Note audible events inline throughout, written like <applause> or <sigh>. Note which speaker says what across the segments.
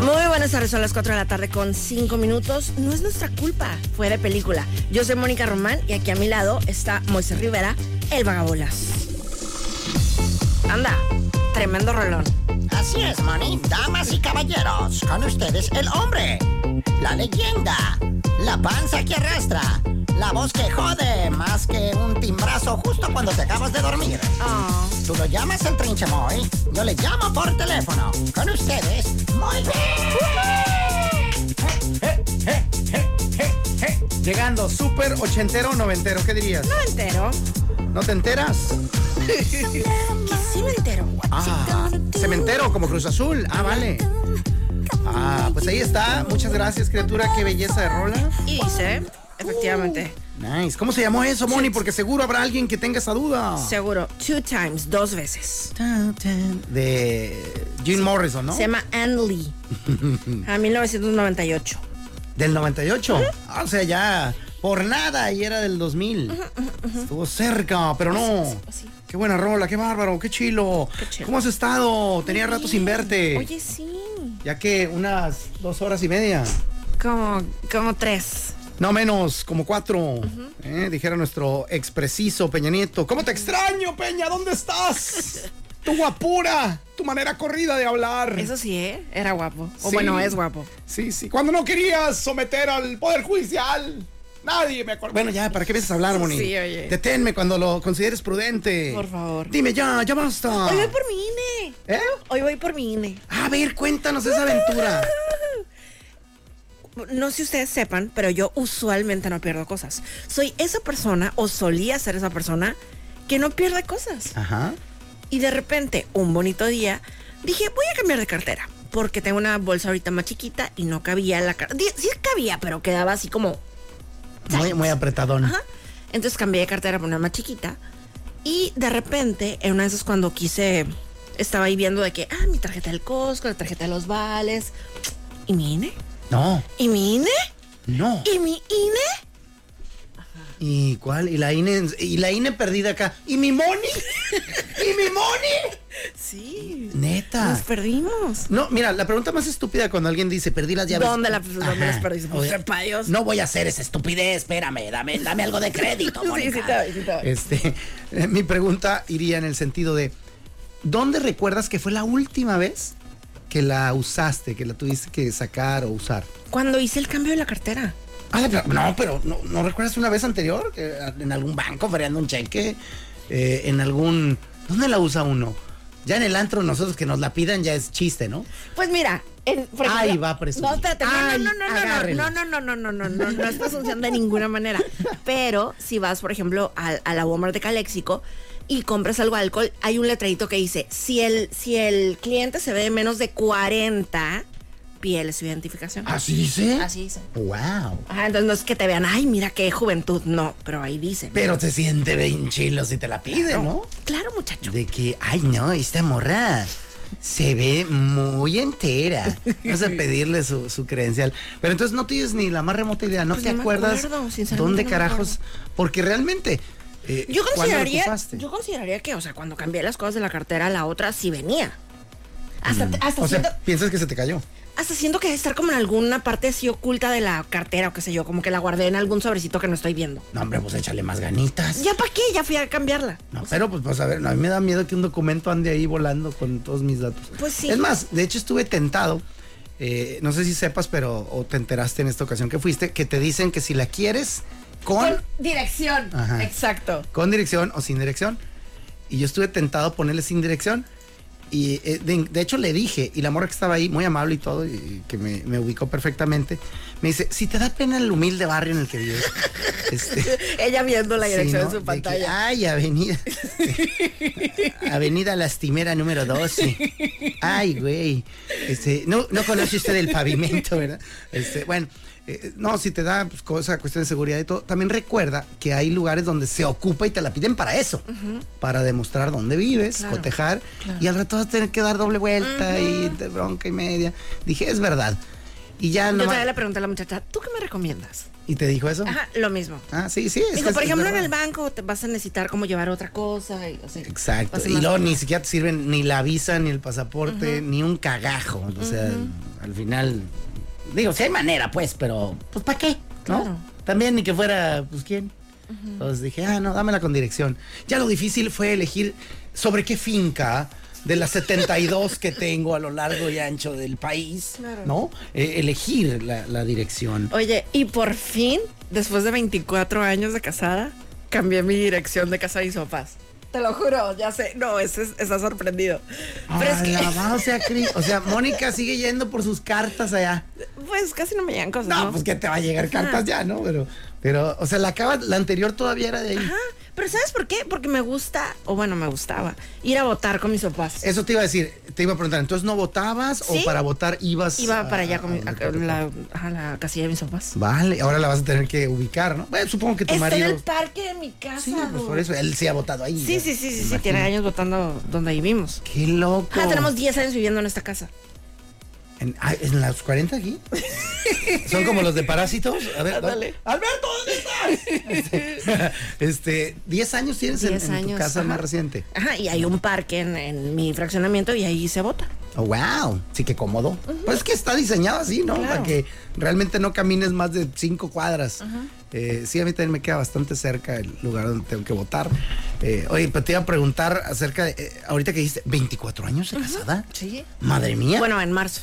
Speaker 1: Muy buenas tardes, son las 4 de la tarde con 5 minutos. No es nuestra culpa, fue de película. Yo soy Mónica Román y aquí a mi lado está Moisés Rivera, el vagabolas. Anda, tremendo rolón.
Speaker 2: Así es, Moni. Damas y caballeros, con ustedes el hombre, la leyenda, la panza que arrastra, la voz que jode más que un timbrazo justo cuando te acabas de dormir.
Speaker 1: Oh.
Speaker 2: Tú lo llamas el trinchemoy, yo le llamo por teléfono. Con ustedes, muy
Speaker 3: Llegando, súper ochentero o noventero, ¿qué dirías?
Speaker 1: No me entero.
Speaker 3: ¿No te enteras?
Speaker 1: Que sí me entero.
Speaker 3: Ah, cementero como Cruz Azul. Ah, vale. Ah, pues ahí está. Muchas gracias, criatura. Qué belleza de rola.
Speaker 1: Y dice, efectivamente,
Speaker 3: Nice. ¿Cómo se llamó eso, Moni? Porque seguro habrá alguien que tenga esa duda.
Speaker 1: Ah. seguro, two times, dos veces.
Speaker 3: De Jim Morrison, ¿no?
Speaker 1: Se llama Ann
Speaker 3: <laughs>
Speaker 1: Lee, a 1998.
Speaker 3: Del 98. Ah, o sea, ya por nada y era del 2000. Estuvo cerca, pero no.
Speaker 1: sí.
Speaker 3: Qué buena rola, qué bárbaro, qué chilo.
Speaker 1: Qué chilo.
Speaker 3: ¿Cómo has estado? Tenía rato sin verte.
Speaker 1: Oye, sí.
Speaker 3: Ya que unas dos horas y media.
Speaker 1: Como, como tres.
Speaker 3: No menos, como cuatro. ¿eh? Dijera nuestro expresizo Peña Nieto. ¿Cómo te extraño, Peña?
Speaker 1: <laughs>
Speaker 3: ¿Dónde estás? tu guapura, tu manera corrida de hablar.
Speaker 1: Eso sí, ¿eh? Era guapo. O
Speaker 3: Sí.
Speaker 1: bueno, es guapo.
Speaker 3: Sí, sí. Cuando no querías someter al Poder Judicial. Nadie me acuerda. Bueno, ya, ¿para qué empiezas a hablar, Moni?
Speaker 1: Sí, oye.
Speaker 3: Deténme cuando lo consideres prudente.
Speaker 1: Por favor.
Speaker 3: Dime ya, ya basta.
Speaker 1: Hoy voy por mi INE.
Speaker 3: ¿Eh?
Speaker 1: Hoy voy por mi INE.
Speaker 3: A ver, cuéntanos esa aventura.
Speaker 1: No sé si ustedes sepan, pero yo usualmente no pierdo cosas. Soy esa persona, o solía ser esa persona, que no pierde cosas.
Speaker 3: Ajá.
Speaker 1: Y de repente, un bonito día, dije, voy a cambiar de cartera. Porque tengo una bolsa ahorita más chiquita y no cabía la cartera. Sí cabía, pero quedaba así como
Speaker 3: Muy, muy apretadón.
Speaker 1: Ajá. Entonces cambié de cartera por una más chiquita. Y de repente, en una de esas cuando quise, estaba ahí viendo de que, ah, mi tarjeta del Costco, la tarjeta de los vales. ¿Y mi INE?
Speaker 3: No,
Speaker 1: ¿Y mi INE?
Speaker 3: no.
Speaker 1: ¿Y mi E? INE?
Speaker 3: ¿Y cuál? ¿Y la INE, en- y la INE perdida acá? ¿Y mi Moni?
Speaker 1: <laughs>
Speaker 3: ¿Y mi Moni?
Speaker 1: Sí.
Speaker 3: Neta.
Speaker 1: Ah. Nos perdimos.
Speaker 3: No, mira, la pregunta más estúpida cuando alguien dice, perdí las llaves.
Speaker 1: ¿Dónde la- dónde las perdiste? Pues,
Speaker 3: Oye,
Speaker 1: sepa Dios.
Speaker 3: No voy a hacer esa estupidez, espérame, dame, dame algo de
Speaker 1: <laughs>
Speaker 3: crédito,
Speaker 1: Sí, sí,
Speaker 3: Mónica.
Speaker 1: te doy, sí, te doy.
Speaker 3: Este, mi pregunta iría en el sentido de, ¿dónde recuerdas que fue la última vez que la usaste, que la tuviste que sacar o usar?
Speaker 1: Cuando hice el cambio de la cartera.
Speaker 3: Ah, pero- no, pero ¿no, no recuerdas una vez anterior? Que, en algún banco, feriando un cheque, eh, en algún... ¿Dónde la usa uno? Ya en el antro nosotros que nos la pidan ya es chiste, ¿no?
Speaker 1: Pues mira, en, por
Speaker 3: Ay, va a presumir.
Speaker 1: No, espérate, no,
Speaker 3: Ay,
Speaker 1: no, no, no,
Speaker 3: agárrela.
Speaker 1: no, no, no, no, no, no, no, no, no es presunción de ninguna manera. Pero si vas, por ejemplo, a, a la Walmart de Caléxico y compras algo de alcohol, hay un letradito que dice, si el, si el cliente se ve de menos de 40, piel su identificación.
Speaker 3: ¿Así dice?
Speaker 1: Así ¿Ah, dice.
Speaker 3: ¡Wow!
Speaker 1: Ajá, entonces no es que te vean, ay, mira qué juventud. No, pero ahí dice.
Speaker 3: Pero te siente bien chilo si te la pide, ¿no?
Speaker 1: Claro, muchacho.
Speaker 3: De que, ay no, esta morra se ve muy entera. Vas a pedirle su, su credencial. Pero entonces no tienes ni la más remota idea, ¿no
Speaker 1: Pues
Speaker 3: te
Speaker 1: no me
Speaker 3: acuerdas
Speaker 1: acuerdo, sinceramente
Speaker 3: dónde
Speaker 1: no me
Speaker 3: carajos? Porque realmente... eh,
Speaker 1: Yo
Speaker 3: ¿cuándo la
Speaker 1: consideraría,
Speaker 3: ocupaste?
Speaker 1: yo consideraría que, o sea, cuando cambié las cosas de la cartera a la otra, sí venía. Hasta, hasta,
Speaker 3: Mm. O
Speaker 1: siento,
Speaker 3: sea, piensas que se te cayó.
Speaker 1: hasta siento que debe estar como en alguna parte así oculta de la cartera o qué sé yo, como que la guardé en algún sobrecito que no estoy viendo.
Speaker 3: No, hombre, pues échale más ganitas.
Speaker 1: ¿Ya para qué? Ya fui a cambiarla.
Speaker 3: No, pero pues, pues a ver, no, a mí me da miedo que un documento ande ahí volando con todos mis datos.
Speaker 1: Pues sí.
Speaker 3: Es más, de hecho estuve tentado, eh, no sé si sepas, pero o te enteraste en esta ocasión que fuiste, que te dicen que si la quieres con,
Speaker 1: dirección.
Speaker 3: Ajá.
Speaker 1: Exacto.
Speaker 3: con dirección o sin dirección. Y yo estuve tentado a ponerle sin dirección. Y eh, de, de hecho le dije, y la morra que estaba ahí, muy amable y todo, y, y que me, me ubicó perfectamente, me dice, si te da pena el humilde barrio en el
Speaker 1: <laughs>
Speaker 3: que vives. este,
Speaker 1: Ella viendo la
Speaker 3: sí,
Speaker 1: dirección de
Speaker 3: ¿no?
Speaker 1: su
Speaker 3: que, ah,
Speaker 1: pantalla. <laughs>
Speaker 3: Ay, avenida. avenida Lastimera número 12. Ay, güey. Este, no, no conoce usted el pavimento, ¿verdad? Este, bueno, eh, no, si te da pues, cosa, cuestión de seguridad y todo. También recuerda que hay lugares donde se ocupa y te la piden para eso. Para demostrar dónde vives,
Speaker 1: Claro,
Speaker 3: cotejar. Y al rato vas a tener que dar doble vuelta y de bronca y media. Dije, es verdad. Y ya
Speaker 1: Yo
Speaker 3: no.
Speaker 1: todavía le pregunté a la muchacha, ¿tú qué me recomiendas?
Speaker 3: ¿Y te dijo eso?
Speaker 1: Ajá, lo mismo.
Speaker 3: Ah, sí, sí. es que
Speaker 1: Digo,
Speaker 3: es-
Speaker 1: por
Speaker 3: es
Speaker 1: ejemplo, en
Speaker 3: verdad.
Speaker 1: el banco te vas a necesitar como llevar otra cosa. y, o sea, va
Speaker 3: Exacto.
Speaker 1: a ser
Speaker 3: Y
Speaker 1: más
Speaker 3: luego ni
Speaker 1: complicado.
Speaker 3: siquiera te sirven ni la visa, ni el pasaporte, ni un cagajo. O sea, al final. Digo, si hay manera, pues, pero. Pues ¿para qué? ¿No?
Speaker 1: Claro.
Speaker 3: También ni que fuera, pues, ¿quién? Entonces dije, ah, no, dámela con dirección. Ya lo difícil fue elegir sobre qué finca de las 72 que tengo a lo largo y ancho del país,
Speaker 1: Claro.
Speaker 3: ¿no? Eh, elegir la, la dirección.
Speaker 1: Oye, y por fin, después de 24 años de casada, cambié mi dirección de casa de sopas. Te lo juro, ya sé. No, ese es- está sorprendido. Pero es que,
Speaker 3: Alabado sea Cristo. o sea, Mónica sigue yendo por sus cartas allá.
Speaker 1: <laughs> pues casi no me llegan cosas.
Speaker 3: No,
Speaker 1: ¿no?
Speaker 3: pues que te va a llegar cartas ya, ¿no? Pero, pero, o sea, la acaba, la anterior todavía era de ahí.
Speaker 1: Ajá. Pero ¿sabes por qué? Porque me gusta, o bueno, me gustaba, ir a votar con mis sopas.
Speaker 3: Eso te iba a decir, te iba a preguntar, entonces no votabas
Speaker 1: Sí.
Speaker 3: o para votar ibas.
Speaker 1: Iba
Speaker 3: a-
Speaker 1: para allá con mi-
Speaker 3: a-
Speaker 1: a- la, a la casilla de mis sopas.
Speaker 3: Vale, ahora la vas a tener que ubicar, ¿no? Bueno, supongo que tu
Speaker 1: Está en
Speaker 3: marido.
Speaker 1: el parque de mi casa.
Speaker 3: Sí, pues por
Speaker 1: dude.
Speaker 3: eso, él sí ha votado ahí.
Speaker 1: Sí,
Speaker 3: ¿no?
Speaker 1: sí, sí, sí, sí,
Speaker 3: Imagino.
Speaker 1: tiene años votando donde vivimos.
Speaker 3: Qué loco.
Speaker 1: Ah, tenemos 10 años viviendo en esta casa.
Speaker 3: ¿En, ah, en las 40
Speaker 1: <laughs>
Speaker 3: aquí? Son como los de parásitos. A ver,
Speaker 1: Ándale.
Speaker 3: Alberto, ¿dónde
Speaker 1: <laughs>
Speaker 3: estás? <laughs> Este, 10 años tienes en,
Speaker 1: 10
Speaker 3: en tu
Speaker 1: años,
Speaker 3: casa
Speaker 1: ajá.
Speaker 3: más reciente.
Speaker 1: Ajá, y hay un parque en, en mi fraccionamiento y ahí se vota.
Speaker 3: Oh, wow, sí que cómodo. Pues es que está diseñado así, ¿no?
Speaker 1: Claro.
Speaker 3: Para que realmente no camines más de cinco cuadras. Eh, sí, a mí también me queda bastante cerca el lugar donde tengo que votar. Eh, oye, pero te iba a preguntar acerca de, eh, ahorita que dijiste, 24 años de casada.
Speaker 1: Sí.
Speaker 3: Madre mía.
Speaker 1: Bueno, en marzo.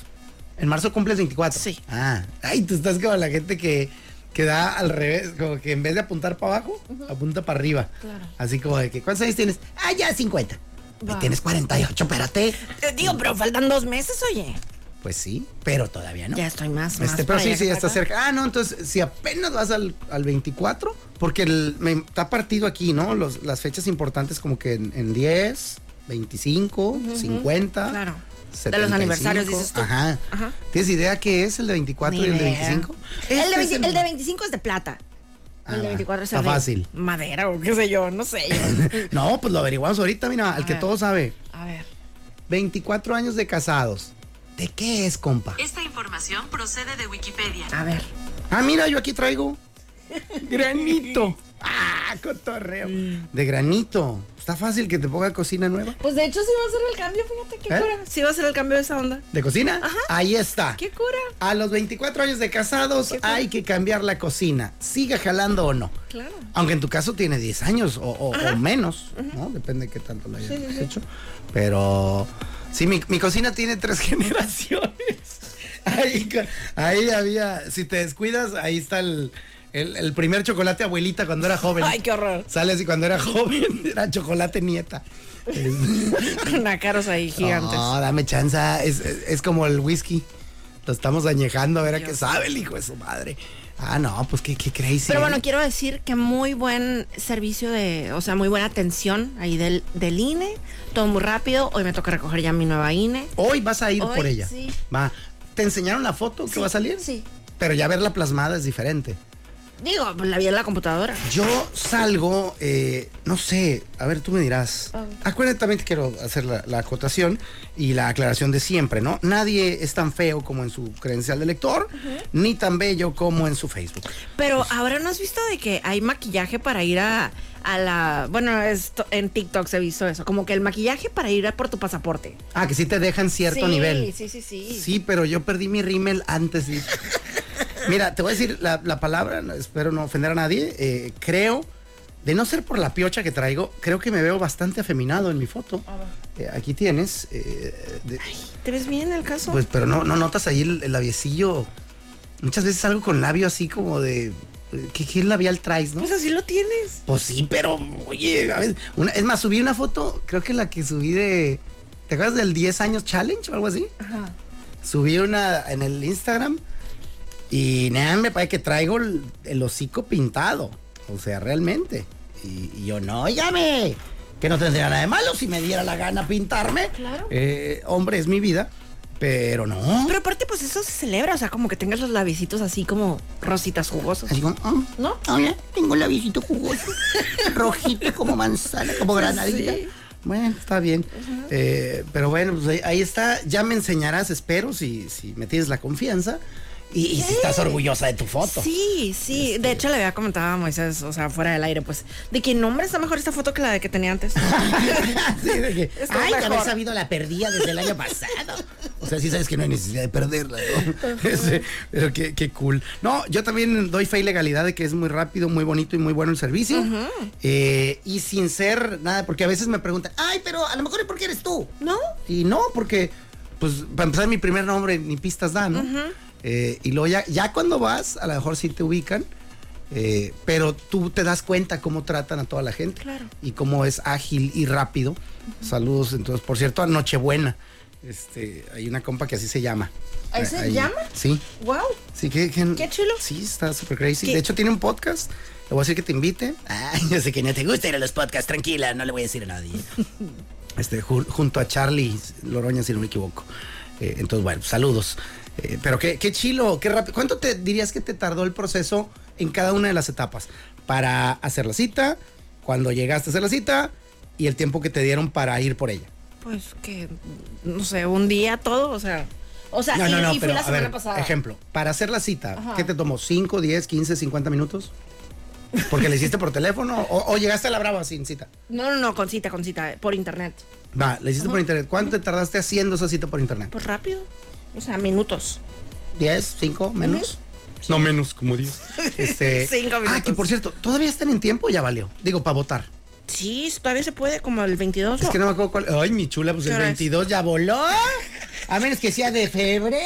Speaker 3: En marzo cumples 24.
Speaker 1: Sí.
Speaker 3: Ah, ay, tú estás como la gente que, que da al revés, como que en vez de apuntar para abajo, apunta para arriba.
Speaker 1: Claro.
Speaker 3: Así como de que, ¿cuántos años tienes? Ah, ya 50. Ay,
Speaker 1: Wow.
Speaker 3: Tienes 48, espérate.
Speaker 1: Te Eh, digo, pero faltan dos meses, oye.
Speaker 3: Pues sí, pero todavía no.
Speaker 1: Ya estoy más, más
Speaker 3: Este, pero
Speaker 1: para
Speaker 3: sí,
Speaker 1: allá
Speaker 3: sí,
Speaker 1: que
Speaker 3: ya
Speaker 1: para
Speaker 3: está
Speaker 1: acá.
Speaker 3: cerca. Ah, no, entonces, si apenas vas al, al 24, porque el- me- está partido aquí, ¿no? Los- las fechas importantes como que en, en 10, 25, 50.
Speaker 1: Claro. De los aniversarios, dices tú.
Speaker 3: Ajá.
Speaker 1: Ajá.
Speaker 3: ¿Tienes idea qué es el de 24 y
Speaker 1: Ni
Speaker 3: el de
Speaker 1: idea.
Speaker 3: 25?
Speaker 1: El de,
Speaker 3: Este es
Speaker 1: 20 el de 25 es de plata.
Speaker 3: Ah,
Speaker 1: el de
Speaker 3: va.
Speaker 1: 24 es
Speaker 3: Está
Speaker 1: de
Speaker 3: fácil.
Speaker 1: madera o qué sé yo, no
Speaker 3: <laughs>
Speaker 1: sé. yo.
Speaker 3: No, pues lo averiguamos ahorita, mira, al
Speaker 1: A
Speaker 3: que
Speaker 1: ver.
Speaker 3: todo sabe.
Speaker 1: A ver.
Speaker 3: 24 años de casados. ¿De qué es, compa?
Speaker 4: Esta información procede de Wikipedia.
Speaker 1: A ver.
Speaker 3: Ah, mira, yo aquí traigo granito. Ah, cotorreo. De granito. Está fácil que te ponga cocina nueva.
Speaker 1: Pues de hecho sí va a ser el cambio, fíjate qué
Speaker 3: ¿Eh?
Speaker 1: cura. Sí va a ser el cambio de esa onda.
Speaker 3: ¿De cocina? Ahí está.
Speaker 1: ¿Qué cura?
Speaker 3: A los 24 años de casados hay que cambiar la cocina. Siga jalando o no.
Speaker 1: Claro.
Speaker 3: Aunque en tu caso tiene 10 años o, o- o menos, ¿no? Depende de qué tanto lo hayas hecho. Pero sí, mi, mi cocina tiene tres <laughs> generaciones. Ahí, co- ahí había, si te descuidas, ahí está el, el- el primer chocolate abuelita cuando era joven.
Speaker 1: Ay, qué horror. <coughs>
Speaker 3: Sale así cuando era joven, <laughs> era chocolate nieta.
Speaker 1: Nácaros ahí <laughs> gigantes.
Speaker 3: No, dame chanza. Es, es- es como el whisky. Lo estamos añejando a ver a qué sabe el hijo de su madre. Ah, no, pues qué, qué crazy.
Speaker 1: Pero
Speaker 3: ¿eh?
Speaker 1: bueno, quiero decir que muy buen servicio de, o sea, muy buena atención ahí del, del INE. Todo muy rápido. Hoy me toca recoger ya mi nueva E. INE.
Speaker 3: Hoy vas a ir
Speaker 1: Hoy,
Speaker 3: por ella.
Speaker 1: sí.
Speaker 3: Va. ¿Te enseñaron la foto que va a salir?
Speaker 1: sí.
Speaker 3: Pero ya verla plasmada es diferente.
Speaker 1: Digo, pues, la vi en la computadora.
Speaker 3: Yo salgo, eh, no sé, a ver, tú me dirás.
Speaker 1: Ah.
Speaker 3: Acuérdate, también te quiero hacer la, la acotación y la aclaración de siempre, ¿no? Nadie es tan feo como en su credencial de lector, ni tan bello como en su Facebook. Pues.
Speaker 1: Pero ahora no has visto de que hay maquillaje para ir a, a la. Bueno, esto, en TikTok se visto eso. Como que el maquillaje para ir a por tu pasaporte.
Speaker 3: Ah, que sí te dejan cierto
Speaker 1: Sí,
Speaker 3: nivel.
Speaker 1: sí, sí, sí.
Speaker 3: Sí, pero yo perdí mi rímel antes de... Mira, te voy a decir la, la palabra, no- espero no ofender a nadie. eh, creo, de no ser por la piocha que traigo, creo que me veo bastante afeminado en mi foto. Eh, aquí tienes. eh, de-
Speaker 1: ¿Te ves bien el caso?
Speaker 3: pues, pero no, no notas ahí el, el labiecillo. Muchas veces algo con labio así como de... eh, ¿Qué, qué labial traes, no?
Speaker 1: pues así lo tienes.
Speaker 3: Pues sí, pero oye, a ver, una- es más, subí una foto, creo que la que subí de ¿Te acuerdas del 10 años challenge o algo así? Ajá. Subí una en el Instagram y nada, me parece que traigo el, el hocico pintado. O sea, realmente. Y, y yo, no, llame. Que no tendría nada de malo si me diera la gana pintarme.
Speaker 1: Claro.
Speaker 3: Eh, hombre, es mi vida. Pero no.
Speaker 1: Pero aparte, pues eso se celebra, o sea, como que tengas los labicitos así como rositas jugosos.
Speaker 3: Así como, ah,
Speaker 1: ¿No?
Speaker 3: Ahora tengo el
Speaker 1: <laughs>
Speaker 3: labicito jugoso, rojito como manzana, como granadita.
Speaker 1: Ah, Sí.
Speaker 3: Bueno, está bien. Eh, pero bueno, pues ahí, ahí está. Ya me enseñarás, espero, si, si me tienes la confianza y, y si estás orgullosa de tu foto. Este,
Speaker 1: Sí, sí. De hecho, le había comentado a Moisés, o sea, fuera del aire, pues, de que no, hombre, está mejor esta foto que la de que tenía
Speaker 3: <laughs>
Speaker 1: antes.
Speaker 3: Sí, de que,
Speaker 1: Esto es
Speaker 3: ay, de haber
Speaker 1: mejor".
Speaker 3: sabido la perdida desde el año pasado. O sea, sí sabes que no hay necesidad de perderla, ¿no? <laughs> Ese, pero qué, qué cool. No, yo también doy fe y legalidad de que es muy rápido, muy bonito y muy bueno el servicio. Eh, y sin ser nada, porque a veces me preguntan, ay, pero a lo mejor ¿y por qué eres tú?
Speaker 1: ¿No?
Speaker 3: Y no, porque, pues, para empezar, mi primer nombre ni pistas da, ¿no? Eh, y luego ya, ya cuando vas, a lo mejor sí te ubican, eh, pero tú te das cuenta cómo tratan a toda la gente.
Speaker 1: Claro.
Speaker 3: Y cómo es ágil y rápido. Saludos, entonces, por cierto, a Nochebuena. Este, hay una compa que así se llama.
Speaker 1: ¿Ahí se
Speaker 3: Ahí-
Speaker 1: llama?
Speaker 3: Sí.
Speaker 1: ¡Wow!
Speaker 3: Sí, que, que-
Speaker 1: Qué chulo.
Speaker 3: Sí, está súper crazy.
Speaker 1: ¿Qué?
Speaker 3: De hecho, tiene un podcast. Le voy a decir que te invite.
Speaker 2: Ay, yo sé que no te gustan los podcasts, tranquila, no le voy a decir a nadie.
Speaker 3: <laughs> este, ju- junto a Charlie Loroña, si no me equivoco. Eh, entonces, bueno, saludos. Eh, pero qué, qué chilo, qué rápido. ¿Cuánto te dirías que te tardó el proceso en cada una de las etapas? Para hacer la cita, cuando llegaste a hacer la cita y el tiempo que te dieron para ir por ella.
Speaker 1: Pues que, no sé, un día todo, o sea. O sea, y, y fui la
Speaker 3: a
Speaker 1: semana
Speaker 3: ver,
Speaker 1: pasada.
Speaker 3: ejemplo, para hacer la cita,
Speaker 1: Ajá.
Speaker 3: ¿qué te tomó? ¿5, 10, 15, 50 minutos? ¿Porque le hiciste por teléfono o, o llegaste a la brava sin cita?
Speaker 1: No, no, no, con cita, con cita, eh, por internet.
Speaker 3: Va, le hiciste por internet. ¿Cuánto te tardaste haciendo esa cita por internet?
Speaker 1: Pues rápido. O sea, minutos.
Speaker 3: 10, 5, menos. No menos, como 10. <laughs> Este,
Speaker 1: <laughs> Cinco
Speaker 3: Ah, que
Speaker 1: minutos.
Speaker 3: por cierto, ¿todavía están en tiempo o ya valió? Digo, para votar.
Speaker 1: Sí, todavía se puede, como el 22.
Speaker 3: Es que no me acuerdo cuál. Ay, mi chula, pues
Speaker 1: ¿Qué
Speaker 3: el
Speaker 1: hora es?
Speaker 3: 22 ya voló. A menos que sea de
Speaker 1: <laughs>
Speaker 3: febrero.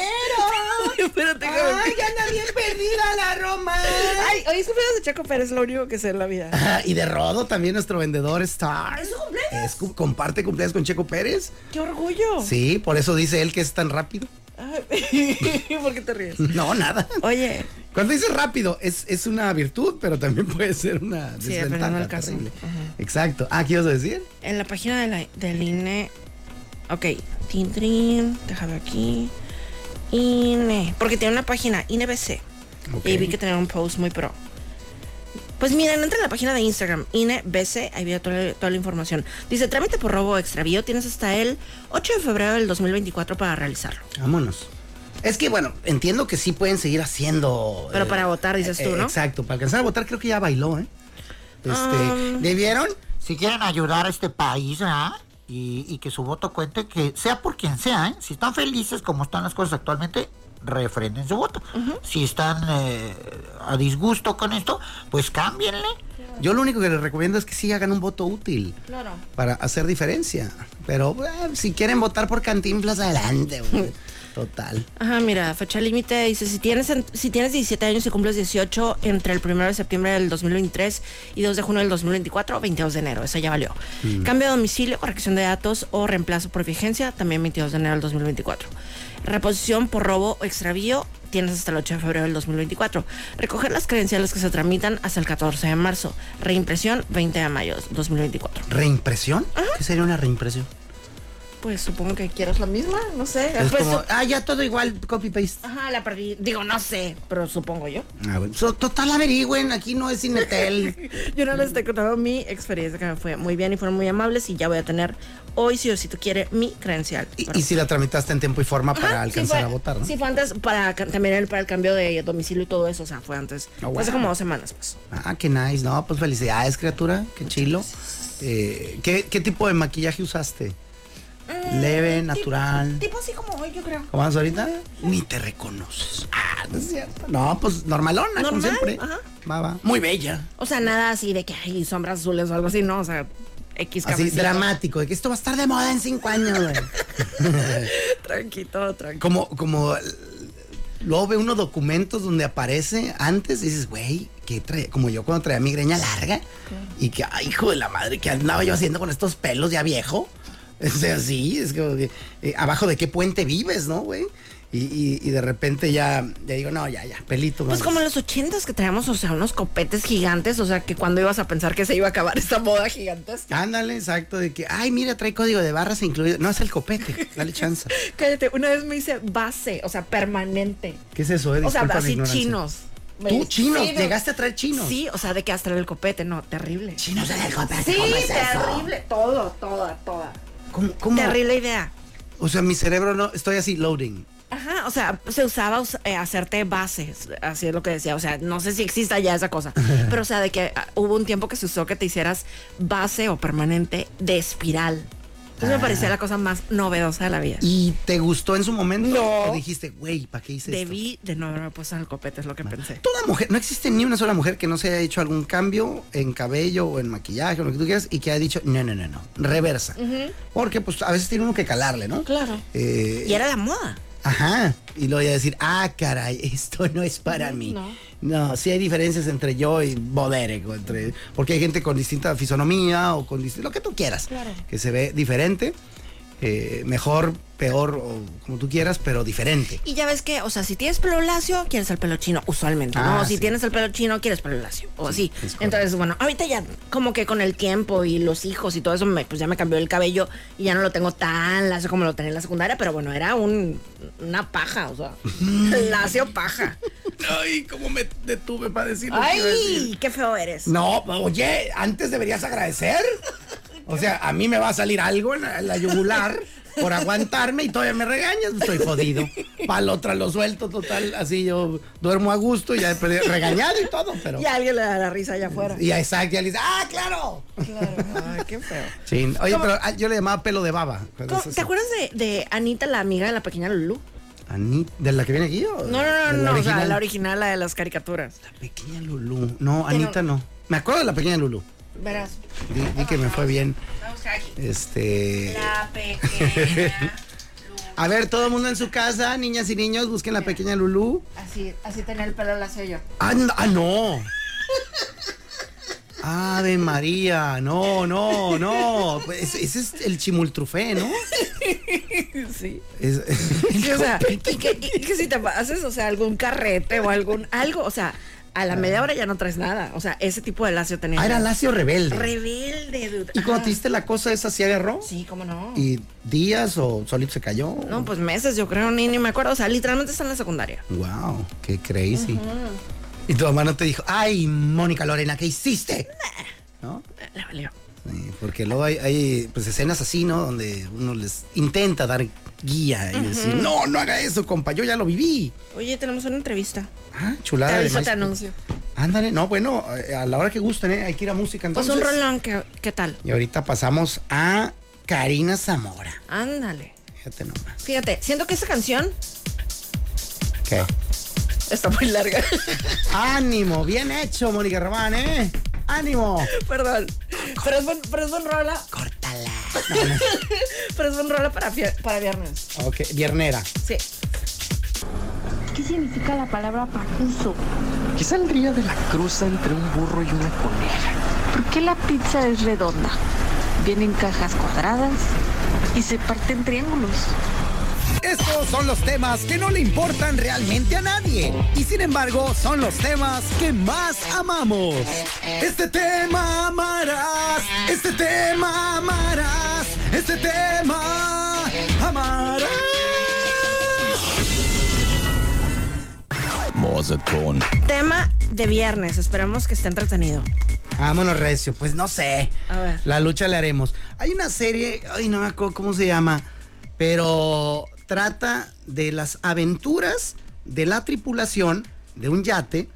Speaker 1: <laughs> Espérate,
Speaker 3: Ay, ya anda bien perdida la
Speaker 1: <laughs>
Speaker 3: Roma.
Speaker 1: Ay, oye, eso de Chaco Pérez, es lo único que sé en la vida.
Speaker 3: <laughs> Ah, y de Rodo también nuestro vendedor Star.
Speaker 1: ¿Es su cumpleaños? Oh.
Speaker 3: Es cum- comparte cumpleaños con Checo Pérez.
Speaker 1: ¡Qué orgullo!
Speaker 3: Sí, por eso dice él que es tan rápido.
Speaker 1: <laughs> Ay, <laughs> ¿Por qué te ríes?
Speaker 3: No, nada.
Speaker 1: Oye,
Speaker 3: Cuando dice rápido, es, es una virtud, pero también <laughs> puede ser una
Speaker 1: Sí, dependiendo
Speaker 3: desventaja
Speaker 1: del caso.
Speaker 3: terrible.
Speaker 1: Ajá.
Speaker 3: Exacto. Ah, ¿qué ibas a decir?
Speaker 1: en la página de la- del INE. Ok, tin, trin, déjame aquí. INE. Porque tiene una página, INEBC.
Speaker 3: Ok.
Speaker 1: Y vi que tenía un post muy pro. Pues miren, entra en la página de Instagram, INEBC, ahí viene toda, toda la información. Dice, trámite por robo o extravío, tienes hasta el 8 de febrero del 2024 para realizarlo.
Speaker 3: Vámonos. Es que, bueno, entiendo que sí pueden seguir haciendo. eh,
Speaker 1: Pero para votar, dices tú, ¿no?
Speaker 3: Exacto. Para alcanzar a votar, creo que ya bailó, ¿eh? Este,
Speaker 1: Ah.
Speaker 3: ¿Debieron?
Speaker 2: Si quieren ayudar a este país, ¿ah? Y, y que su voto cuente, que sea por quien sea, ¿eh? Si están felices como están las cosas actualmente, refrenden su voto. Si están eh, a disgusto con esto, pues cámbienle.
Speaker 3: Yo lo único que les recomiendo es que sí hagan un voto útil.
Speaker 1: Claro.
Speaker 3: Para hacer diferencia. Pero eh, si quieren votar por Cantinflas, adelante,
Speaker 1: <laughs>
Speaker 3: güey. Total.
Speaker 1: Ajá, mira, fecha límite dice, si tienes, en- si tienes 17 años y cumples 18 entre el 1 de septiembre del 2023 y 2 de junio del 2024, 22 de enero, eso ya valió.
Speaker 3: Mm.
Speaker 1: Cambio de domicilio, corrección de datos o reemplazo por vigencia, también 22 de enero del 2024. Reposición por robo o extravío, tienes hasta el 8 de febrero del 2024. Recoger las credenciales que se tramitan hasta el 14 de marzo. Reimpresión, 20 de mayo del 2024.
Speaker 3: ¿Reimpresión? ¿Qué sería una reimpresión?
Speaker 1: Pues supongo que quieras la misma, no sé.
Speaker 3: Es
Speaker 1: Pues,
Speaker 3: como,
Speaker 1: sup-
Speaker 3: ah, ya todo igual, copy-paste.
Speaker 1: Ajá, la perdí. Digo, no sé, pero supongo yo.
Speaker 3: Ah, bueno. So, total, averigüen, aquí no es
Speaker 1: <laughs>
Speaker 3: Cinetel.
Speaker 1: Yo no les he contado mi experiencia que me fue muy bien y fueron muy amables y ya voy a tener hoy, si Diosito quiere, mi credencial.
Speaker 3: y,
Speaker 1: Pero-
Speaker 3: y si la tramitaste en tiempo y forma para
Speaker 1: Ajá,
Speaker 3: alcanzar
Speaker 1: sí
Speaker 3: a
Speaker 1: fue-
Speaker 3: votar, ¿no?
Speaker 1: Sí, fue antes para ca- también el- para el cambio de domicilio y todo eso, o sea, fue antes.
Speaker 3: Ah,
Speaker 1: Hace
Speaker 3: bueno.
Speaker 1: como dos semanas, pues.
Speaker 3: Ah, qué nice. No, pues felicidades, criatura. Qué chilo. Eh, ¿qué, qué tipo de maquillaje usaste?
Speaker 1: Mm,
Speaker 3: Leve, natural.
Speaker 1: Tipo así como hoy, yo creo.
Speaker 3: ¿Cómo vas ahorita? Ni te reconoces. Ah, no es cierto. No, pues normalona, como
Speaker 1: Normal,
Speaker 3: siempre.
Speaker 1: ajá.
Speaker 3: Va, va. Muy bella.
Speaker 1: O sea, nada así de que hay sombras azules o algo así, no, o sea, X
Speaker 3: Así
Speaker 1: camisita.
Speaker 3: dramático, de que esto va a estar de moda en cinco años,
Speaker 1: <laughs>
Speaker 3: güey.
Speaker 1: Tranquilo, tranquilo.
Speaker 3: como, como eh, luego ve unos documentos donde aparece antes y dices, güey, que trae, como yo cuando traía mi greña larga y que, ay, hijo de la madre, que andaba yo haciendo con estos pelos ya viejo. <laughs> O sea, sí, es como que eh, abajo de qué puente vives, ¿no, güey? Y, y- y de repente ya, ya digo, no, ya, ya, pelito.
Speaker 1: Pues
Speaker 3: vamos.
Speaker 1: como en los ochentas que traíamos, o sea, unos copetes gigantes, o sea, que cuando ibas a pensar que se iba a acabar <laughs> esta moda gigantesca.
Speaker 3: Ándale, exacto, de que, ay, mira, trae código de barras incluido. No, es el copete, <laughs> dale chance.
Speaker 1: Cállate, una vez me hice base, o sea, permanente.
Speaker 3: ¿Qué es eso, eh?
Speaker 1: o sea,
Speaker 3: Disculpa mi
Speaker 1: así
Speaker 3: ignorancia.
Speaker 1: chinos. Me-
Speaker 3: ¿Tú, chinos?
Speaker 1: Sí, no.
Speaker 3: ¿Llegaste a traer chinos?
Speaker 1: Sí, o sea, de que hasta el copete, no, terrible.
Speaker 3: Chinos en el copete.
Speaker 1: Sí,
Speaker 3: ¿cómo es eso?
Speaker 1: terrible. Todo, toda, toda.
Speaker 3: ¿Cómo, cómo?
Speaker 1: Terrible idea.
Speaker 3: O sea, mi cerebro no, estoy así, loading.
Speaker 1: Ajá, o sea, se usaba us- eh, hacerte bases, así es lo que decía, o sea, no sé si exista ya esa
Speaker 3: <laughs>
Speaker 1: cosa, pero o sea, de que ah, hubo un tiempo que se usó que te hicieras base o permanente de espiral. Entonces me parecía la cosa más novedosa de la vida.
Speaker 3: Ah. ¿Y te gustó en su momento?
Speaker 1: No.
Speaker 3: ¿O dijiste, güey, ¿para qué hice esto?
Speaker 1: Debí de no haberme puesto en el copete, es lo que pensé.
Speaker 3: Toda mujer, no existe ni una sola mujer que no se haya hecho algún cambio en cabello o en maquillaje o lo que tú quieras y que haya dicho, no, no, no, no, reversa. Porque pues a veces tiene uno que calarle, ¿no?
Speaker 1: Claro.
Speaker 3: Eh,
Speaker 1: Y era la moda.
Speaker 3: Ajá. Y luego ya decir, ah, caray, <laughs> esto no es para mí. No. sí hay diferencias entre yo y Boderek, o entre, porque hay gente con distinta fisonomía o con disti- lo que tú quieras, que se ve diferente, eh, mejor, peor, o como tú quieras, pero diferente.
Speaker 1: Y ya ves que, o sea, si tienes pelo lacio, quieres el pelo chino, usualmente, ¿no?
Speaker 3: Ah,
Speaker 1: O si
Speaker 3: sí.
Speaker 1: tienes el pelo chino, quieres pelo lacio, o
Speaker 3: es
Speaker 1: así.
Speaker 3: correcto.
Speaker 1: Entonces, bueno, ahorita ya como que con el tiempo y los hijos y todo eso, me- pues ya me cambió el cabello y ya no lo tengo tan lacio como lo tenía en la secundaria, pero bueno, era un, una paja, o
Speaker 3: <laughs>
Speaker 1: sea, lacio paja.
Speaker 3: <laughs> Ay, cómo me detuve para decirlo.
Speaker 1: ¡Ay! ¡Qué feo eres!
Speaker 3: No, oye, antes deberías agradecer. O sea, a mí me va a salir algo en la, en la yugular por aguantarme y todavía me regañas, pues estoy jodido. Pal otra lo suelto total, así yo duermo a gusto y ya perdí- regañado y todo, pero
Speaker 1: Y a alguien le da la risa allá afuera.
Speaker 3: y ya exacto, ya le dice, "Ah, claro."
Speaker 1: Claro, ay, qué feo.
Speaker 3: Sí, oye, pero ah, yo le llamaba pelo de baba. pero
Speaker 1: ¿Cómo-
Speaker 3: eso
Speaker 1: ¿Te
Speaker 3: sí.
Speaker 1: acuerdas de, de Anita, la amiga de la pequeña Lulú?
Speaker 3: Ani- ¿De la que viene aquí o
Speaker 1: No, no, no,
Speaker 3: de la
Speaker 1: no, o sea,
Speaker 3: original?
Speaker 1: la original, la de las caricaturas.
Speaker 3: La pequeña Lulú. No, Anita no. Me acuerdo de la pequeña Lulú.
Speaker 1: Verás.
Speaker 3: Di, di que me fue bien.
Speaker 4: Vamos aquí.
Speaker 3: Este
Speaker 4: La pequeña.
Speaker 3: A ver, todo el mundo en su casa, niñas y niños, busquen la pequeña Lulú.
Speaker 1: <laughs> Así, así tenía el pelo lacio yo.
Speaker 3: ¡Ah, n- ah, no! Ave María, no, no, no. Pues Ese es el chimultrufé, ¿no?
Speaker 1: Sí.
Speaker 3: Es- <laughs>
Speaker 1: o sea, y que, y que si te haces, o sea, algún carrete o algún algo, o sea, a la media hora ya no traes nada. O sea, ese tipo de lacio tenía.
Speaker 3: ah, era Lacio Rebelde.
Speaker 1: Rebelde, dude.
Speaker 3: ¿Y cuando
Speaker 1: Ajá.
Speaker 3: te diste la cosa esa sí agarró?
Speaker 1: Sí, cómo no.
Speaker 3: ¿Y días o solito se cayó?
Speaker 1: No, pues meses, yo creo, ni, ni me acuerdo. O sea, literalmente está en la secundaria.
Speaker 3: Wow, qué crazy. Y tu mamá no te dijo, ay, Mónica Lorena, ¿qué hiciste? ¿No?
Speaker 1: Eh, Le valió.
Speaker 3: Sí, porque luego hay, hay, pues escenas así, ¿no? Donde uno les intenta dar guía y decir, no, no haga eso, compa, yo ya lo viví.
Speaker 1: Oye, tenemos una entrevista.
Speaker 3: Ah,
Speaker 1: Te
Speaker 3: chulada. de
Speaker 1: aviso,
Speaker 3: maíz.
Speaker 1: te anuncio.
Speaker 3: Ándale, no, bueno, eh, a la hora que gusten, ¿eh? hay que ir a música
Speaker 1: Pues
Speaker 3: entonces.
Speaker 1: un rolón, ¿qué, qué tal?
Speaker 3: Y ahorita pasamos a Karina Zamora.
Speaker 1: Ándale.
Speaker 3: Fíjate nomás.
Speaker 1: Fíjate, siento que esta canción
Speaker 3: ¿Qué?
Speaker 1: está muy larga. <laughs>
Speaker 3: Ánimo, bien hecho, Mónica Román, ¿eh? Ánimo.
Speaker 1: Perdón. Pero es, buen, pero es buen <laughs> rola.
Speaker 3: Córtala.
Speaker 1: Pero es buen rola para, fie- para viernes.
Speaker 3: Ok, viernera.
Speaker 1: Sí.
Speaker 5: ¿Qué significa la palabra pacuso?
Speaker 6: ¿Qué saldría de la cruza entre un burro y una coneja?
Speaker 5: ¿Por qué la pizza es redonda? Viene en cajas cuadradas y se parte en triángulos.
Speaker 3: Estos son los temas que no le importan realmente a nadie. Y sin embargo, son los temas que más amamos. Este tema amarás. Este tema amarás. Este tema amarás.
Speaker 1: Tema de viernes. Esperamos que esté entretenido.
Speaker 3: Vámonos, Recio. Pues no sé.
Speaker 1: A ver.
Speaker 3: La lucha la haremos. Hay una serie, ay, no me acuerdo cómo se llama, pero trata de las aventuras de la tripulación de un yate,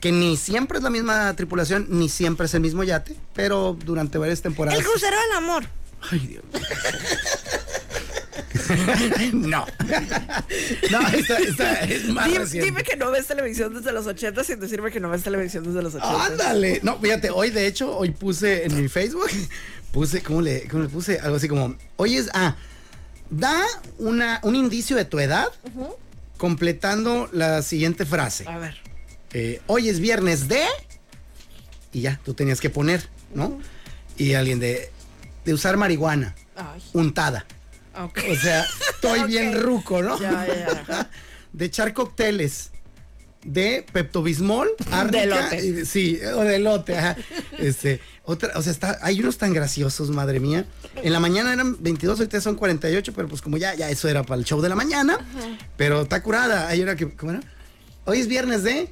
Speaker 3: que ni siempre es la misma tripulación, ni siempre es el mismo yate, pero durante varias temporadas.
Speaker 1: El crucero del amor.
Speaker 3: Ay, Dios <laughs> mío. no. <laughs> no, esta, esta es más
Speaker 1: Dime,
Speaker 3: reciente.
Speaker 1: dime que no ves televisión desde los 80 sin decirme que no ves televisión desde los 80.
Speaker 3: Ándale. No, fíjate, hoy de hecho, hoy puse en mi Facebook, <laughs> puse, ¿cómo le, cómo le puse? Algo así como, hoy es, ah, da una, un indicio de tu edad completando la siguiente frase.
Speaker 1: A ver.
Speaker 3: Eh, hoy es viernes de... Y ya, tú tenías que poner, ¿no? Y alguien de, de usar marihuana.
Speaker 1: Ay.
Speaker 3: untada.
Speaker 1: Ok.
Speaker 3: O sea,
Speaker 1: <laughs>
Speaker 3: estoy
Speaker 1: Ok.
Speaker 3: bien ruco, ¿no?
Speaker 1: <laughs> Ya, ya,
Speaker 3: <laughs>
Speaker 1: ajá.
Speaker 3: De echar cócteles de
Speaker 1: <laughs>
Speaker 3: Pepto-Bismol, árnica,
Speaker 1: elote.
Speaker 3: y de- sí, o de elote, ajá. Este, otra, o sea, está, hay unos tan graciosos, madre mía. En la mañana eran 22, ahorita son 48, pero pues como ya, ya eso era para el show de la mañana. Pero está curada. Ahí era que, ¿cómo era? Hoy es viernes de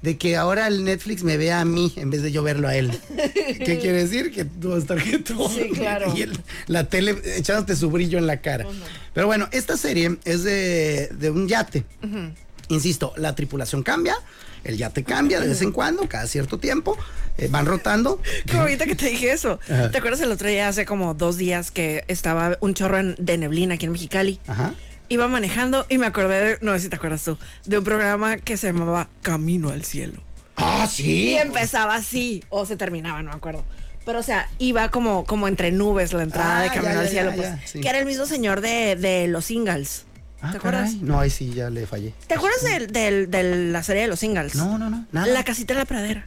Speaker 3: de que ahora el Netflix me vea a mí en vez de yo verlo
Speaker 1: <laughs>
Speaker 3: a él. ¿Qué quiere decir? Que tú vas a estar <laughs> que tú.
Speaker 1: Sí, claro.
Speaker 3: Y el- <laughs> la tele echándote su brillo en la cara. Pero bueno, esta serie es de, de un yate. Insisto, la tripulación cambia, el yate cambia de vez en cuando, cada cierto tiempo, eh, van rotando.
Speaker 1: <laughs> Como ahorita que te dije eso.
Speaker 3: Ajá.
Speaker 1: ¿Te acuerdas el otro día, hace como dos días, que estaba un chorro en- de neblina aquí en Mexicali?
Speaker 3: Ajá.
Speaker 1: Iba manejando y me acordé, de, no sé si te acuerdas tú, de un programa que se llamaba Camino al Cielo.
Speaker 3: Ah, sí.
Speaker 1: Y empezaba así, o se terminaba, no me acuerdo. Pero, o sea, iba como, como entre nubes la entrada
Speaker 3: Ah,
Speaker 1: de Camino
Speaker 3: ya,
Speaker 1: al
Speaker 3: ya,
Speaker 1: Cielo,
Speaker 3: ya,
Speaker 1: pues.
Speaker 3: ya, sí.
Speaker 1: Que era el mismo señor de, de los singles.
Speaker 3: Ah,
Speaker 1: ¿Te acuerdas?
Speaker 3: caray. No, ahí sí ya le fallé.
Speaker 1: ¿Te acuerdas del- del- de, la serie de los singles?
Speaker 3: No, no, no, nada.
Speaker 1: La casita de la pradera.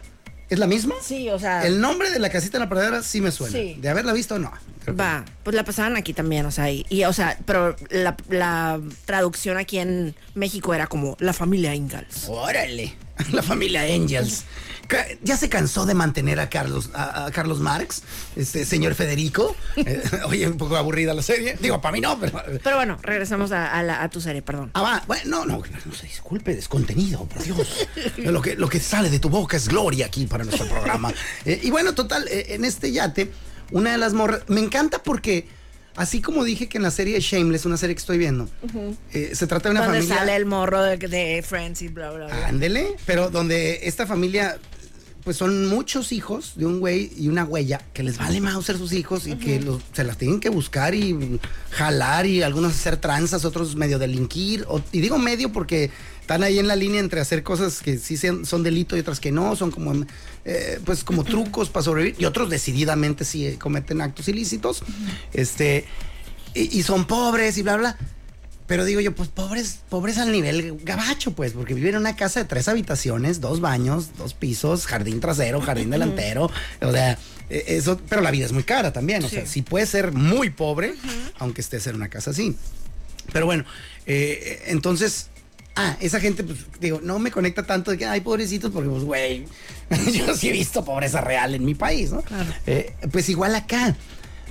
Speaker 3: ¿Es la misma?
Speaker 1: Sí, o sea.
Speaker 3: El nombre de la casita de la pradera sí me suena.
Speaker 1: Sí.
Speaker 3: De haberla visto, no. Creo que
Speaker 1: Va, pues la pasaban aquí también, o sea, y, y, o sea, pero la, la traducción aquí en México era como la familia Ingalls.
Speaker 3: Órale. <laughs> La familia Angels. Ca- ¿Ya se cansó de mantener a Carlos, a, a Carlos Marx? Este señor Federico. Eh, <laughs> oye, un poco aburrida la serie. Digo, para mí no, pero.
Speaker 1: Pero bueno, regresamos a, a la- a tu serie, perdón.
Speaker 3: Ah, va. Bueno, no, no, no se disculpe, descontenido, por
Speaker 1: <laughs>
Speaker 3: Dios. Lo que, lo que sale de tu boca es gloria aquí para
Speaker 1: <laughs>
Speaker 3: nuestro programa. Eh, y bueno, total, eh, en este yate, una de las morras. Me encanta porque, así como dije que en la serie Shameless, una serie que estoy viendo, eh, se trata de una
Speaker 1: Donde
Speaker 3: familia. Ah,
Speaker 1: sale el morro de, de Friends y bla, bla, bla.
Speaker 3: Ándele, pero donde esta familia, pues son muchos hijos de un güey y una huella que les vale Mauser sus hijos y que los- se las tienen que buscar y jalar y algunos hacer tranzas, otros medio delinquir. o- y digo medio porque están ahí en la línea entre hacer cosas que sí sean- son delito y otras que no, son como, eh, pues como trucos para sobrevivir y otros decididamente sí eh, cometen actos ilícitos. Este y, y son pobres y bla, bla. Pero digo yo, pues pobres, pobres al nivel gabacho, pues, porque viven en una casa de tres habitaciones, dos baños, dos pisos, jardín trasero, jardín delantero. O sea, e- eso, pero la vida es muy cara también. O sea, sí puede ser muy pobre, aunque estés en una casa así. Pero bueno, eh, entonces, ah, esa gente, pues, digo, no me conecta tanto de que, ay, pobrecitos, porque, pues, güey, <laughs> yo sí he visto pobreza real en mi país, ¿no? Eh, pues igual acá.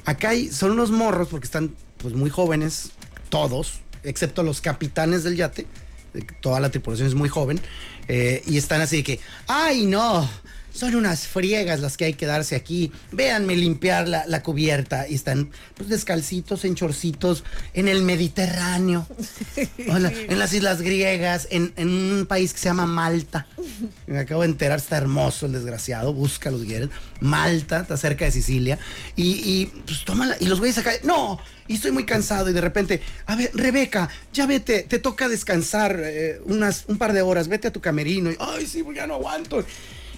Speaker 3: Acá hay- son unos morros, porque están, pues, muy jóvenes, todos, excepto los capitanes del yate. eh, Toda la tripulación es muy joven. eh, y están así de que, ay, no. Son unas friegas las que hay que darse aquí. Véanme limpiar la, la cubierta. Y están pues, descalcitos, en chorcitos, en el Mediterráneo. O en la- en las islas griegas, en, en un país que se llama Malta. Me acabo de enterar, está hermoso el desgraciado, busca los guerreros. Malta, está cerca de Sicilia. Y, y pues tómala. Y los güeyes acá, no, y estoy muy cansado. Y de repente, a ver, Rebeca, ya vete, te toca descansar eh, unas, un par de horas, vete a tu camerino. Y, Ay, sí, pues, ya no aguanto.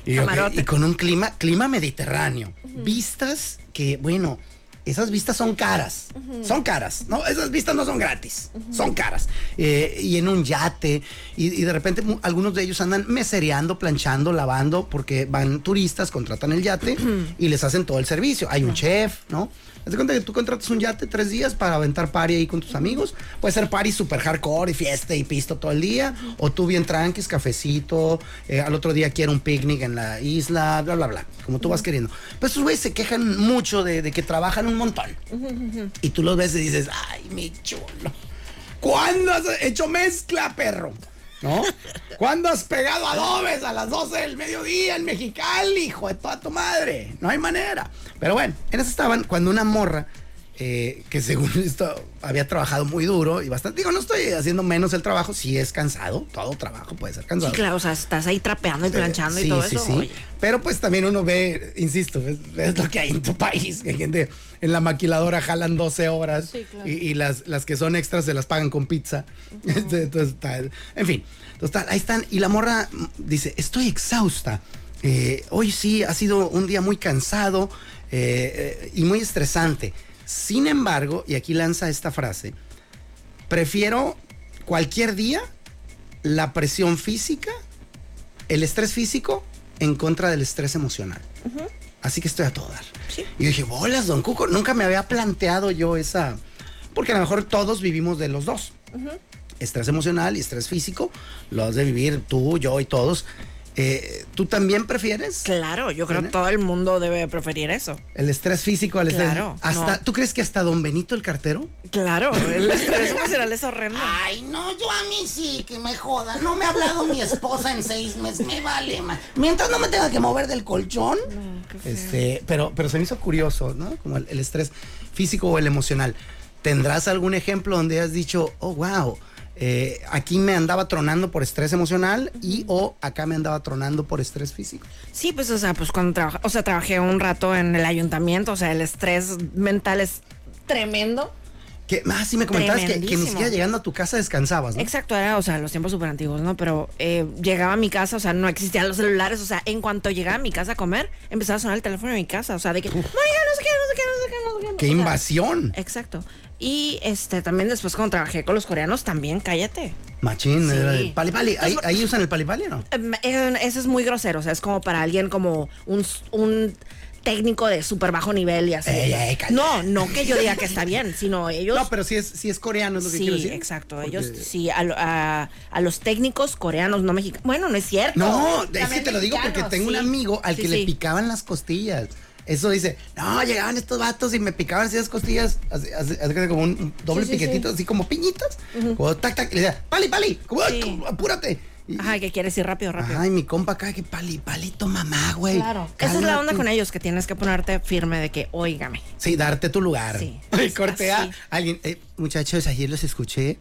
Speaker 3: Y, yo,
Speaker 1: Camarote.
Speaker 3: "Ok", y con un clima, clima mediterráneo. Vistas que, bueno, esas vistas son caras. Son caras. No, esas vistas no son gratis. Son caras. Eh, y en un yate. Y, y de repente mu- algunos de ellos andan mesereando, planchando, lavando, porque van turistas, contratan el yate y les hacen todo el servicio. Hay un chef, ¿no? Haz de cuenta que tú contratas un yate tres días para aventar party ahí con tus amigos. Puede ser party super hardcore y fiesta y pisto todo el día. O tú bien tranquis, cafecito. eh, al otro día quiero un picnic en la isla, bla, bla, bla. Como tú vas queriendo. Pues esos güeyes se quejan mucho de, de que trabajan un montón. Y tú los ves y dices, ay, mi chulo. ¿Cuándo has hecho mezcla, perro? ¿No? ¿Cuándo has pegado adobes a las 12 del mediodía en Mexicali, hijo de toda tu madre? No hay manera. Pero bueno, en eso estaban cuando una morra, eh, que según <laughs> esto había trabajado muy duro y bastante. Digo, no estoy haciendo menos el trabajo, si es cansado, todo trabajo puede ser
Speaker 1: Sí,
Speaker 3: cansado.
Speaker 1: claro, o sea, estás ahí trapeando y planchando
Speaker 3: Sí,
Speaker 1: y todo
Speaker 3: sí,
Speaker 1: eso.
Speaker 3: sí.
Speaker 1: oye.
Speaker 3: Pero pues también uno ve, insisto, es, es lo que hay en tu país. Que hay gente en la maquiladora jalan 12 horas y, y las, las que son extras se las pagan con pizza. <laughs> Este, entonces, tal. en fin, total, ahí están. Y la morra mm, dice, estoy exhausta. Eh, hoy sí ha sido un día muy cansado eh, eh, y muy estresante. Sin embargo, y aquí lanza esta frase, prefiero cualquier día la presión física el estrés físico en contra del estrés emocional. Así que estoy a todo dar.
Speaker 1: Sí.
Speaker 3: Y dije, bolas, don Cuco. Nunca me había planteado yo esa. Porque a lo mejor todos vivimos de los dos. Estrés emocional y estrés físico. Lo has de vivir tú, yo y todos. Eh, ¿Tú también prefieres?
Speaker 1: Claro, yo creo que todo el mundo debe preferir eso.
Speaker 3: El estrés físico al estrés.
Speaker 1: Claro,
Speaker 3: Hasta,
Speaker 1: no.
Speaker 3: ¿Tú crees que hasta don Benito el cartero?
Speaker 1: Claro, el estrés emocional es horrendo.
Speaker 2: Ay, no, yo a mí sí, que me joda. No me ha hablado mi esposa en seis meses, me vale, ma. Mientras no me tenga que mover del colchón.
Speaker 3: Este, pero, pero se me hizo curioso, ¿no? Como el, el estrés físico o el emocional. ¿Tendrás algún ejemplo donde has dicho, oh, wow, eh, aquí me andaba tronando por estrés emocional y o acá me andaba tronando por estrés físico?
Speaker 1: Sí, pues, o sea, pues cuando trabaja, o sea, trabajé un rato en el ayuntamiento, o sea, el estrés mental es tremendo.
Speaker 3: Que, ah, sí, me comentabas que, que ni
Speaker 1: Tremendísimo.
Speaker 3: siquiera llegando a tu casa descansabas, ¿no?
Speaker 1: Exacto, era, o sea, los tiempos súper antiguos, ¿no? Pero eh, llegaba a mi casa, o sea, no existían los celulares, o sea, en cuanto llegaba a mi casa a comer, empezaba a sonar el teléfono de mi casa, o sea, de que, "Mónica, no sé qué, no sé qué, no sé qué, no sé qué. no
Speaker 3: ¡Qué
Speaker 1: sé qué".
Speaker 3: invasión!
Speaker 1: Exacto. Y este también después cuando trabajé con los coreanos, también cállate.
Speaker 3: Machín,
Speaker 1: Sí.
Speaker 3: era el pali pali. ¿Ahí,
Speaker 1: Entonces,
Speaker 3: ahí usan el pali pali o no?
Speaker 1: Em, eh, Eso es muy grosero, o sea, es como para alguien como un, s- un técnico de súper bajo nivel y así.
Speaker 3: Ey, ey, cállate.
Speaker 1: no, no que yo diga que está bien, sino ellos...
Speaker 3: No, pero si es, si es coreano, es lo que
Speaker 1: sí,
Speaker 3: quiero decir.
Speaker 1: exacto,
Speaker 3: Porque-
Speaker 1: ellos sí, a, lo- a- a los técnicos coreanos, no mexicanos. Bueno, no es cierto.
Speaker 3: No, es que
Speaker 1: También
Speaker 3: te lo digo porque
Speaker 1: mexicanos,
Speaker 3: tengo un
Speaker 1: sí.
Speaker 3: amigo al
Speaker 1: Sí,
Speaker 3: que le
Speaker 1: sí.
Speaker 3: picaban las costillas. Eso dice, no, llegaban estos vatos y me picaban así las costillas, así, así- así que como un- un doble piquetito, así como piñitas, como tac, tac, y le decía, pali, pali, como, "Ay,
Speaker 1: Sí.
Speaker 3: apúrate. Y,
Speaker 1: Ajá, que quieres ir rápido, rápido.
Speaker 3: Ay, mi compa acá, que pali, palito mamá, güey.
Speaker 1: claro. Esa es la onda
Speaker 3: Cálmate".
Speaker 1: con ellos, que tienes que ponerte firme de que, óigame.
Speaker 3: Sí, darte tu lugar. <laughs>
Speaker 1: Sí,
Speaker 3: Ay,
Speaker 1: es
Speaker 3: corté a
Speaker 1: así.
Speaker 3: alguien. eh, muchachos, ayer los escuché.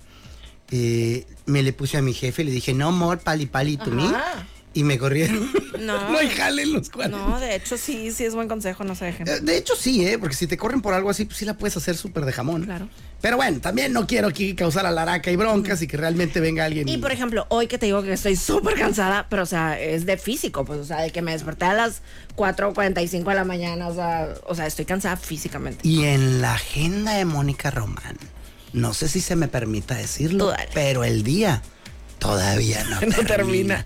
Speaker 3: eh, me le puse a mi jefe y le dije, no more pali pali to me.
Speaker 1: Ajá.
Speaker 3: Y me corrieron.
Speaker 1: <laughs> No.
Speaker 3: no, y jalen los cuales.
Speaker 1: No, de hecho, sí, sí es buen consejo, no se dejen.
Speaker 3: Eh, De hecho, sí, ¿eh? Porque si te corren por algo así, pues sí la puedes hacer súper de jamón.
Speaker 1: Claro.
Speaker 3: Pero bueno, también no quiero aquí causar alaraca y broncas y que realmente venga alguien.
Speaker 1: Y por ejemplo, hoy que te digo que estoy súper cansada, pero o sea, es de físico, pues o sea, de que me desperté a las 4.45 de la mañana, o sea, o sea, estoy cansada físicamente.
Speaker 3: Y en la agenda de Mónica Román, no sé si se me permita decirlo,
Speaker 1: Tú dale.
Speaker 3: pero el día todavía no,
Speaker 1: <laughs> No termina.
Speaker 3: termina.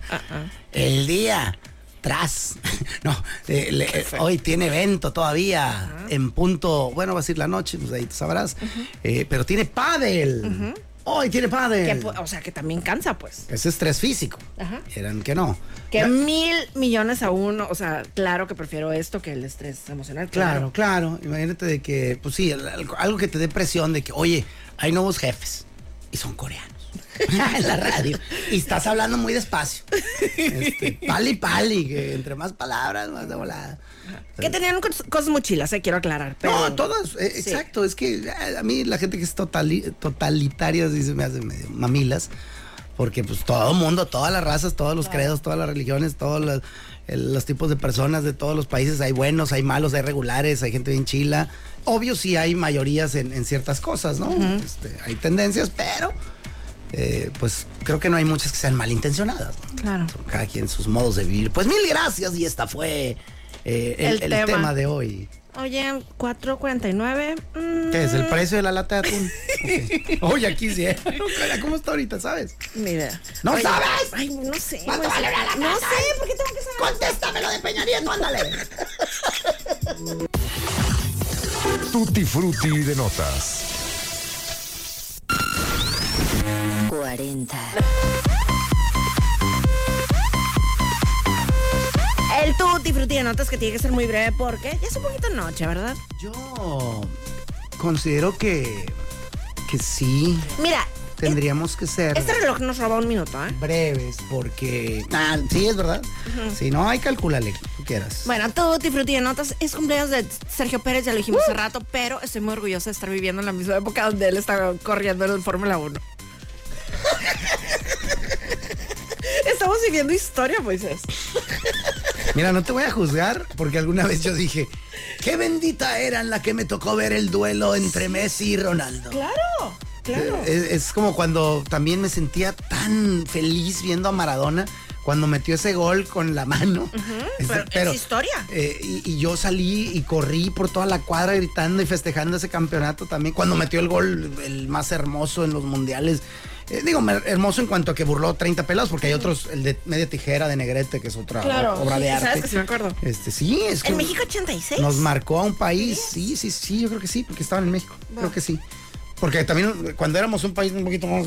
Speaker 3: El día tras. <laughs> No, eh, le- eh, hoy tiene evento todavía en punto, bueno, va a ser la noche, pues ahí tú sabrás, Eh, pero tiene pádel. Hoy tiene
Speaker 1: Que,
Speaker 3: pádel.
Speaker 1: pu- o sea, que también cansa, pues.
Speaker 3: Ese estrés físico.
Speaker 1: Ajá.
Speaker 3: Eran que no.
Speaker 1: Que
Speaker 3: Ya-
Speaker 1: mil millones a uno, o sea, claro que prefiero esto que el estrés emocional.
Speaker 3: Claro, claro. Imagínate de que, pues sí, al- al- algo que te dé presión de que, oye, hay nuevos jefes y son coreanos. <laughs> en la radio. Y estás hablando muy despacio. Este, pali, pali, que entre más palabras, más de volada.
Speaker 1: Que tenían cos- cosas mochilas, eh, quiero aclarar. Pero,
Speaker 3: No, todas, eh,
Speaker 1: Sí.
Speaker 3: exacto. Es que eh, a mí la gente que es totali- totalitaria sí se me hace medio mamilas. Porque pues todo mundo, todas las razas, todos los credos, todas las religiones, todos los, eh, los tipos de personas de todos los países, hay buenos, hay malos, hay regulares, hay gente bien chila. Obvio sí hay mayorías en, en ciertas cosas, ¿no? Este, hay tendencias, pero eh, pues creo que no hay muchas que sean malintencionadas. ¿no?
Speaker 1: Claro.
Speaker 3: Cada quien sus modos de vivir. Pues mil gracias y esta fue eh, el,
Speaker 1: El
Speaker 3: el tema.
Speaker 1: tema
Speaker 3: de hoy.
Speaker 1: Oye, 4.49. mm,
Speaker 3: ¿Qué es? ¿El precio de la lata de <laughs> atún? Ok. Oye, aquí sí. ¿eh? ¿Cómo está ahorita, sabes?
Speaker 1: Ni idea.
Speaker 3: ¡No sabes!
Speaker 1: Ay, no sé.
Speaker 3: ¿Cuánto
Speaker 1: güey.
Speaker 3: vale la
Speaker 1: No
Speaker 3: lata?
Speaker 1: sé, ¿por qué tengo que saber?
Speaker 3: ¡Contéstamelo de Peña Nieto, ándale!
Speaker 7: Tutti frutti de notas.
Speaker 8: 40.
Speaker 1: El tutti frutti de notas que tiene que ser muy breve porque ya es un poquito noche, ¿verdad?
Speaker 3: Yo considero que, que sí
Speaker 1: Mira,
Speaker 3: tendríamos que ser
Speaker 1: este reloj nos roba un minuto, ¿eh?
Speaker 3: breves porque... Ah, sí, es verdad. Si no, hay calculale, tú quieras.
Speaker 1: Bueno, tutti frutti de notas es cumpleaños de Sergio Pérez, ya lo dijimos hace rato, pero estoy muy orgullosa de estar viviendo en la misma época donde él estaba corriendo en el Fórmula 1. <laughs> Estamos viviendo historia, Moisés.
Speaker 3: Mira, no te voy a juzgar porque alguna vez yo dije, qué bendita era en la que me tocó ver el duelo entre Messi y Ronaldo.
Speaker 1: Claro, claro.
Speaker 3: Es, es como cuando también me sentía tan feliz viendo a Maradona cuando metió ese gol con la mano. Este,
Speaker 1: pero es historia.
Speaker 3: eh, y, y yo salí y corrí por toda la cuadra gritando y festejando ese campeonato también. Cuando metió el gol, el más hermoso en los mundiales. eh, digo, mer- hermoso en cuanto a que burló 30 pelados, porque hay otros, el de media tijera de Negrete, que es otra
Speaker 1: Claro,
Speaker 3: obra de
Speaker 1: sí,
Speaker 3: arte.
Speaker 1: sabes que sí me acuerdo.
Speaker 3: Este, sí, es que
Speaker 1: En México 86.
Speaker 3: nos marcó a un país. Sí, sí, sí, yo creo que sí, porque estaban en México. Creo que sí. Porque también cuando éramos un país un poquito más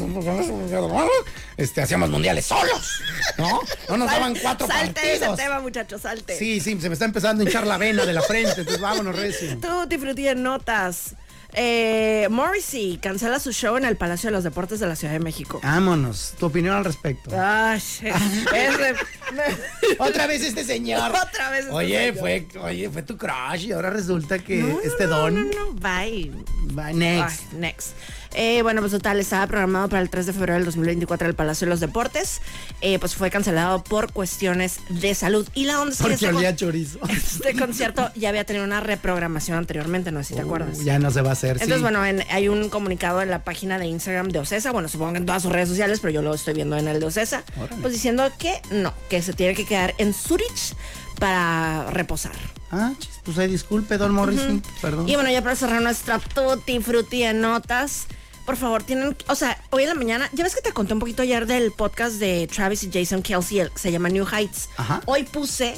Speaker 3: este, hacíamos mundiales solos, ¿no? No nos daban cuatro
Speaker 1: salte de ese
Speaker 3: partidos.
Speaker 1: tema, muchachos, salte.
Speaker 3: Sí, sí, se me está empezando a hinchar la vena de la frente, entonces
Speaker 1: <laughs>
Speaker 3: vámonos recio.
Speaker 1: Tú te frutí en notas. Eh, Morrissey cancela su show en el Palacio de los Deportes de la Ciudad de México.
Speaker 3: Vámonos, tu opinión al respecto.
Speaker 1: Ay, <laughs> es
Speaker 3: <laughs>
Speaker 1: de-
Speaker 3: Otra vez este
Speaker 1: <laughs>
Speaker 3: señor.
Speaker 1: Otra vez este
Speaker 3: oye,
Speaker 1: señor.
Speaker 3: Fue, oye, fue tu crush y ahora resulta que
Speaker 1: No, no,
Speaker 3: este
Speaker 1: no,
Speaker 3: don
Speaker 1: No, no, bye.
Speaker 3: va next.
Speaker 1: Ay, next. Eh, bueno, pues total, estaba programado para el 3 de febrero del 2024 el Palacio de los Deportes. Eh, pues fue cancelado por cuestiones de salud. Y la onda es que
Speaker 3: porque
Speaker 1: este con-
Speaker 3: olía a chorizo.
Speaker 1: <laughs> Este concierto ya había tenido una reprogramación anteriormente, no sé si te acuerdas.
Speaker 3: Oh, ya no se va a hacer. sí.
Speaker 1: Entonces, bueno, en- hay un comunicado en la página de Instagram de Ocesa, bueno, supongo que en todas sus redes sociales, pero yo lo estoy viendo en el de Ocesa, pues diciendo que no, que se tiene que quedar en Zurich para reposar.
Speaker 3: Ah, chis, pues ahí disculpe, Don Morrison. Perdón.
Speaker 1: Y bueno, ya para cerrar nuestra tutti frutti de notas, por favor, tienen, o sea, hoy en la mañana, ya ves que te conté un poquito ayer del podcast de Travis y Jason Kelsey, el- se llama New Heights.
Speaker 3: Ajá.
Speaker 1: Hoy puse,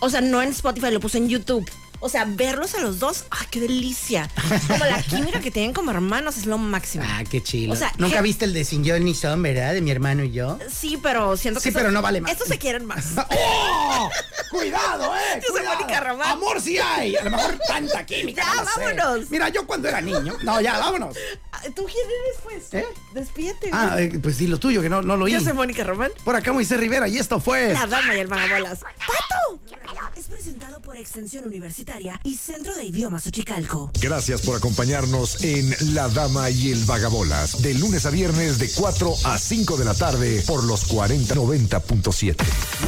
Speaker 1: o sea, no en Spotify, lo puse en YouTube. O sea, verlos a los dos, ¡ah, qué delicia! Como la química que tienen como hermanos es lo máximo.
Speaker 3: Ah, qué chido.
Speaker 1: O sea,
Speaker 3: Nunca
Speaker 1: ¿qué-
Speaker 3: viste el de Sin Yo ni Son, ¿verdad? De mi hermano y yo.
Speaker 1: Sí, pero siento que.
Speaker 3: Sí,
Speaker 1: estos-
Speaker 3: pero no vale más.
Speaker 1: Estos se quieren más.
Speaker 3: <laughs> ¡Oh! ¡Cuidado, eh!
Speaker 1: <laughs> Yo soy
Speaker 3: cuidado.
Speaker 1: Mónica Román.
Speaker 3: Amor sí hay. A lo mejor tanta química.
Speaker 1: <laughs> Ya,
Speaker 3: no lo sé.
Speaker 1: vámonos.
Speaker 3: Mira, yo cuando era niño. No, ya, vámonos.
Speaker 1: <laughs> Ah, ¿Tú quién eres, pues?
Speaker 3: ¿Eh?
Speaker 1: Despídete.
Speaker 3: Ah, eh, pues sí, lo tuyo, que no, no lo oí.
Speaker 1: Yo soy Mónica Román.
Speaker 3: Por acá Moisés Rivera y esto fue...
Speaker 1: La dama y el vagabolas. ¡Pato!
Speaker 8: Es presentado por Extensión Universitaria y Centro de Idiomas Uchicalco.
Speaker 7: Gracias por acompañarnos en La Dama y el Vagabolas, de lunes a viernes de 4 a 5 de la tarde por los 4090.7.